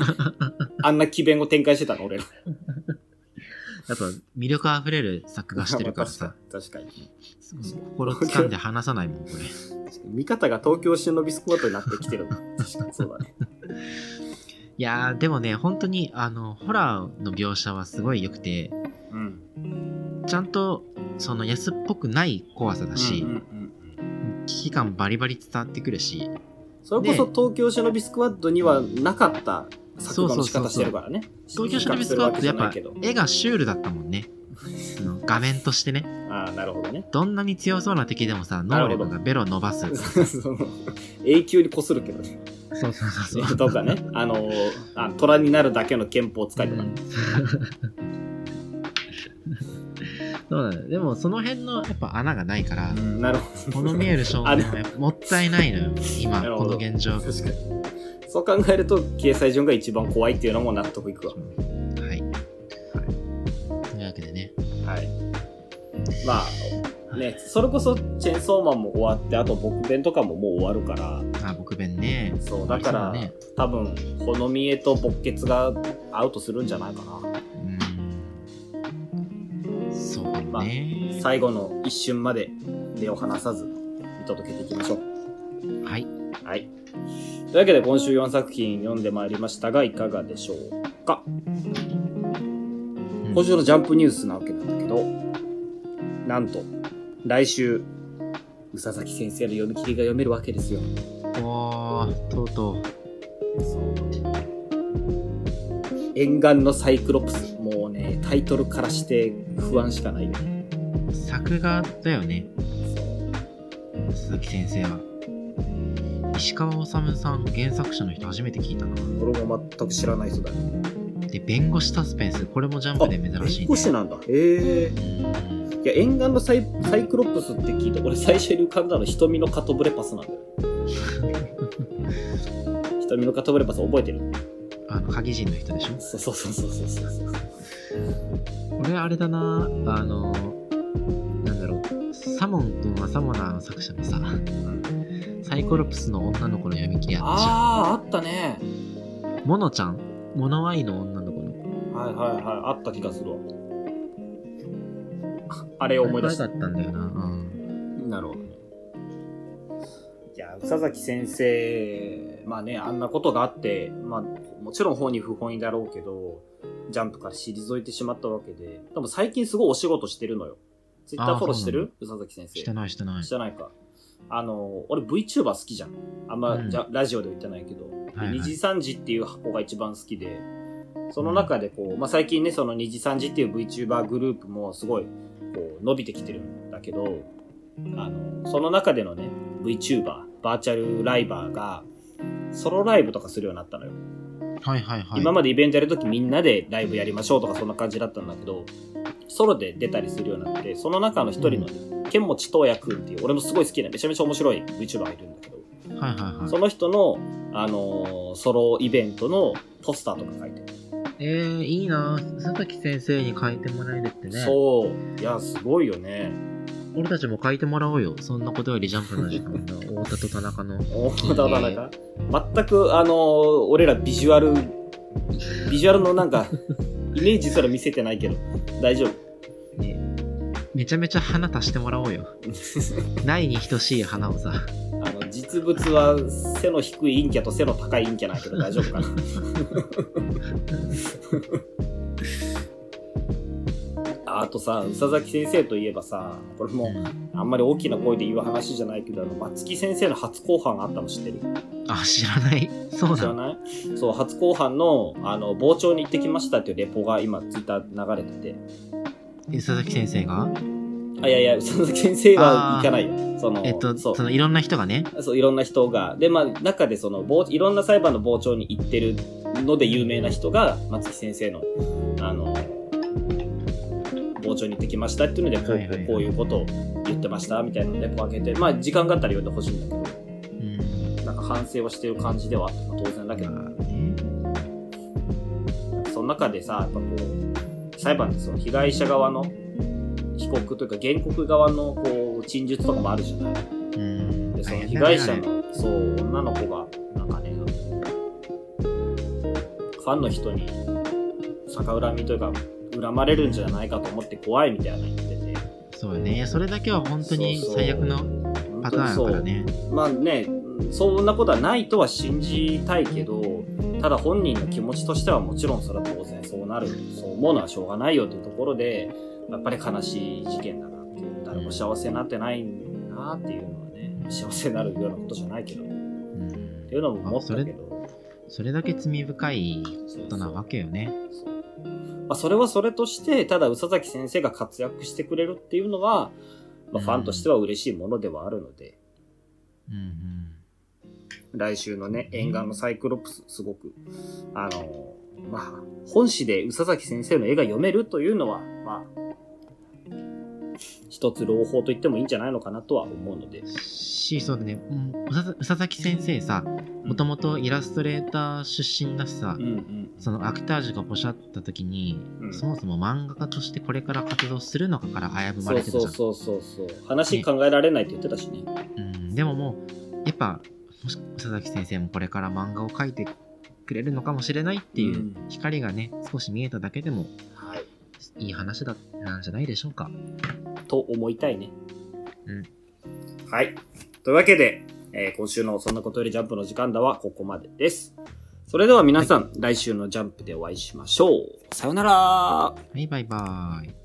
S2: あんな奇弁を展開してたの俺ら
S1: やっぱ魅力あふれる作画してるからさ
S2: 確かに確かに
S1: 心掴んで離さないもんこれ
S2: 見方が東京忍びスクワットになってきてるの確かにそうだね
S1: いやーでもね本当にあのホラーの描写はすごい良くて
S2: うん
S1: ちゃんとその安っぽくない怖さだし
S2: うんうんうんうん
S1: 危機感バリバリ伝わってくるし
S2: それこそ東京忍びスクワットにはなかった作画の仕方してるからね
S1: 東京忍びスクワットやっぱ絵がシュールだったもんねその画面としてね
S2: ああなるほどね
S1: どんなに強そうな敵でもさ
S2: なる
S1: 能
S2: ほど
S1: 力がベロ伸ばす
S2: その永久にこするけどね
S1: そうそうそう
S2: とかね、あのあ、虎になるだけの憲法を使いとか、
S1: うんそうだねでもその辺のやっぱ穴がないから
S2: なるほど。
S1: この見える少
S2: あ
S1: 年はやっぱもったいないのよ今
S2: なる
S1: こ
S2: ほ
S1: の
S2: ど
S1: 現状は
S2: 確かに。そう考えると、掲載順が一番怖いっていうのも納得いくわ。
S1: い、というわけでね
S2: はい。まあ、ね、それこそ、チェーンソーマンも終わって、あと、僕弁とかももう終わるから、
S1: あ僕弁ね
S2: そう、だか
S1: そうだ
S2: ら、
S1: ね
S2: 多分、この見えと勃血がアウトするんじゃないかな。
S1: うんそうかもね、
S2: 最後の一瞬まで目を離さず、見届けていきましょう。
S1: はい
S2: はい。というわけで今週4作品読んでまいりましたがいかがでしょうか
S1: うん
S2: 今週のジャンプニュースなわけなんだけどなんと来週宇佐崎先生の読み切りが読めるわけですよ。
S1: おー、とうとう。
S2: 沿岸のサイクロプス。もうね、タイトルからして不安しかないよね。
S1: 作画だよね。鈴木先生は。石川治さん、原作者の人初めて聞いたな。
S2: 俺も全く知らない人だ。
S1: で、弁護士サスペンス。これもジャンプで珍しい
S2: 弁
S1: ね。
S2: 護士なんだ。へえ。
S1: うん
S2: いや、沿岸のサイサイクロプスって聞いて、俺最初に浮かんだの瞳のカトブレパス なんだよ。瞳のカトブレパス覚えてる
S1: あの、鍵人の人でしょ
S2: そうそうそうそうそうそう。
S1: 俺あれだなあのなんだろうサモン君はサモナーの作者のさサイコロプスの女の子の読み切りあったじゃ
S2: あー、あったね。
S1: んモノちゃんモノワイの女の子の
S2: はいはいはい、あった気がするわ。あれを思い出した
S1: あ。れ可愛かったんだよな、うん、
S2: なるほどね。いや、宇佐崎先生、まあね、あんなことがあって、まあ、もちろん本に不本意だろうけど、ジャンプから退いてしまったわけで、でも最近すごいお仕事してるのよ。ツイッターフォローしてる宇佐崎先生。
S1: してないしてない
S2: してないか。あの、俺 VTuber 好きじゃん。あんま、
S1: うん
S2: じゃラジオでは言ってないけど、
S1: はいはい
S2: 二次三次っていう箱が一番好きで、その中でこう、まあ、最近ね、その二次三次っていう VTuber グループもすごい、こう、伸びてきてるんだけど、あの、その中でのね、VTuber、バーチャルライバーが、ソロライブとかするようになったのよ。
S1: はいはいはい
S2: 今までイベントやるときみんなでライブやりましょうとかそんな感じだったんだけど、ソロで出たりするようになって、その中の一人の、剣持東也くんっていう、俺のすごい好きな、めちゃめちゃ面白い VTuber がいるんだけど、
S1: はいはいはい
S2: その人の、あのーソロイベントのポスターとか書いてる。
S1: えー、いいな鈴崎先生に書いてもらえるってね
S2: そう。いや、すごいよね。
S1: 俺たちも書いてもらおうよそんなことよりジャンプの時間だ太田と田中の
S2: 大田だなか。全く、あのー俺らビジュアル、ビジュアルのなん か、イメージすら見せてないけど、大丈夫。
S1: ねめちゃめちゃ花足してもらおうよないに等しい花をさ
S2: あの、実物は背の低い陰キャと背の高い陰キャなんやけど大 丈夫かな。あとさ、宇佐崎先生といえばさ、これも
S1: うん
S2: あんまり大きな声で言う話じゃないけど、あの、松木先生の初公判があったの知ってる
S1: あ、知らない。そう
S2: 知
S1: な
S2: ら
S1: の。
S2: ないそう、初公判の、あの、傍聴に行ってきましたっていうレポが今ツイッター流れてて。
S1: え佐々木先生が
S2: あ、いやいや、宇佐崎先生は行かないよ。その、
S1: えっと、
S2: そ
S1: そうのいろんな人がね。
S2: そう、いろんな人が。で、まあ、中でその、傍いろんな裁判の傍聴に行ってるので有名な人が、松木先生の、あの、傍聴に行ってきましたっていうので、こう、
S1: はいはいはい
S2: こういうことを言ってました、みたいなので、こう上げて、まあ、時間があったら読んでほしいんだけ
S1: うん。
S2: ど、なんか反省はしてる感じではあって、まあ当然だけど、
S1: まあね
S2: その中でさ、やっぱこう、裁判ってその被害者側の、被告というか原告側のこう陳述とかもあるじゃない。
S1: うん。
S2: でその
S1: 大
S2: 被
S1: 変だね
S2: 害者のそう女の子がなんかねファンの人に逆恨みというか恨まれるんじゃないかと思って怖いみたいな言ってて
S1: そうよね。それだけは本当に
S2: そうそう
S1: 最悪の
S2: 本
S1: パターン
S2: 当にそ
S1: だから
S2: う
S1: ね。
S2: まあねそんなことはないとは信じたいけどただ本人の気持ちとしてはもちろんそれは当然そうなるそう思うのはしょうがないよというところでやっぱり悲しい事件だなっていう誰も幸せになってないなっていうのはね幸せになるようなことじゃないけどっ
S1: うん
S2: ていうのも思ったけど。
S1: それだけ罪深い
S2: そう
S1: ことなわけよね。
S2: まあ、それはそれとして、ただ宇佐崎先生が活躍してくれるっていうのは、まあ、ファンとしては嬉しいものではあるので、
S1: うん
S2: 来週のね、沿岸のサイクロプス、すごく、あの、まあ、本誌で宇佐崎先生の絵が読めるというのは、まあ、一つ朗報と言ってもいいんじゃないのかなとは思うので
S1: うん。。し、そうだね。うんうさうささき先生さ、もともとイラストレーター出身だしさ
S2: うん、うん。
S1: そのアクタージュがポシャった時に、
S2: うん
S1: そもそも漫画家としてこれから活動するのかから危ぶま
S2: そ
S1: れ
S2: う
S1: てた
S2: そ
S1: じゃ。
S2: うんそうそうそう。話考えられないって言ってたしね。
S1: うん、でももうやっぱもし佐々木先生もこれから漫画を描いてくれるのかもしれないっていううん光がね少し見えただけでも
S2: はい。
S1: いい話だなんじゃないでしょうか
S2: と思いたいね。
S1: うん。
S2: はい。というわけで、えー今週のそんなことよりジャンプの時間だはここまでです。それでは皆さん、来週のジャンプでお会いしましょう。さよなら
S1: はいバイバーイ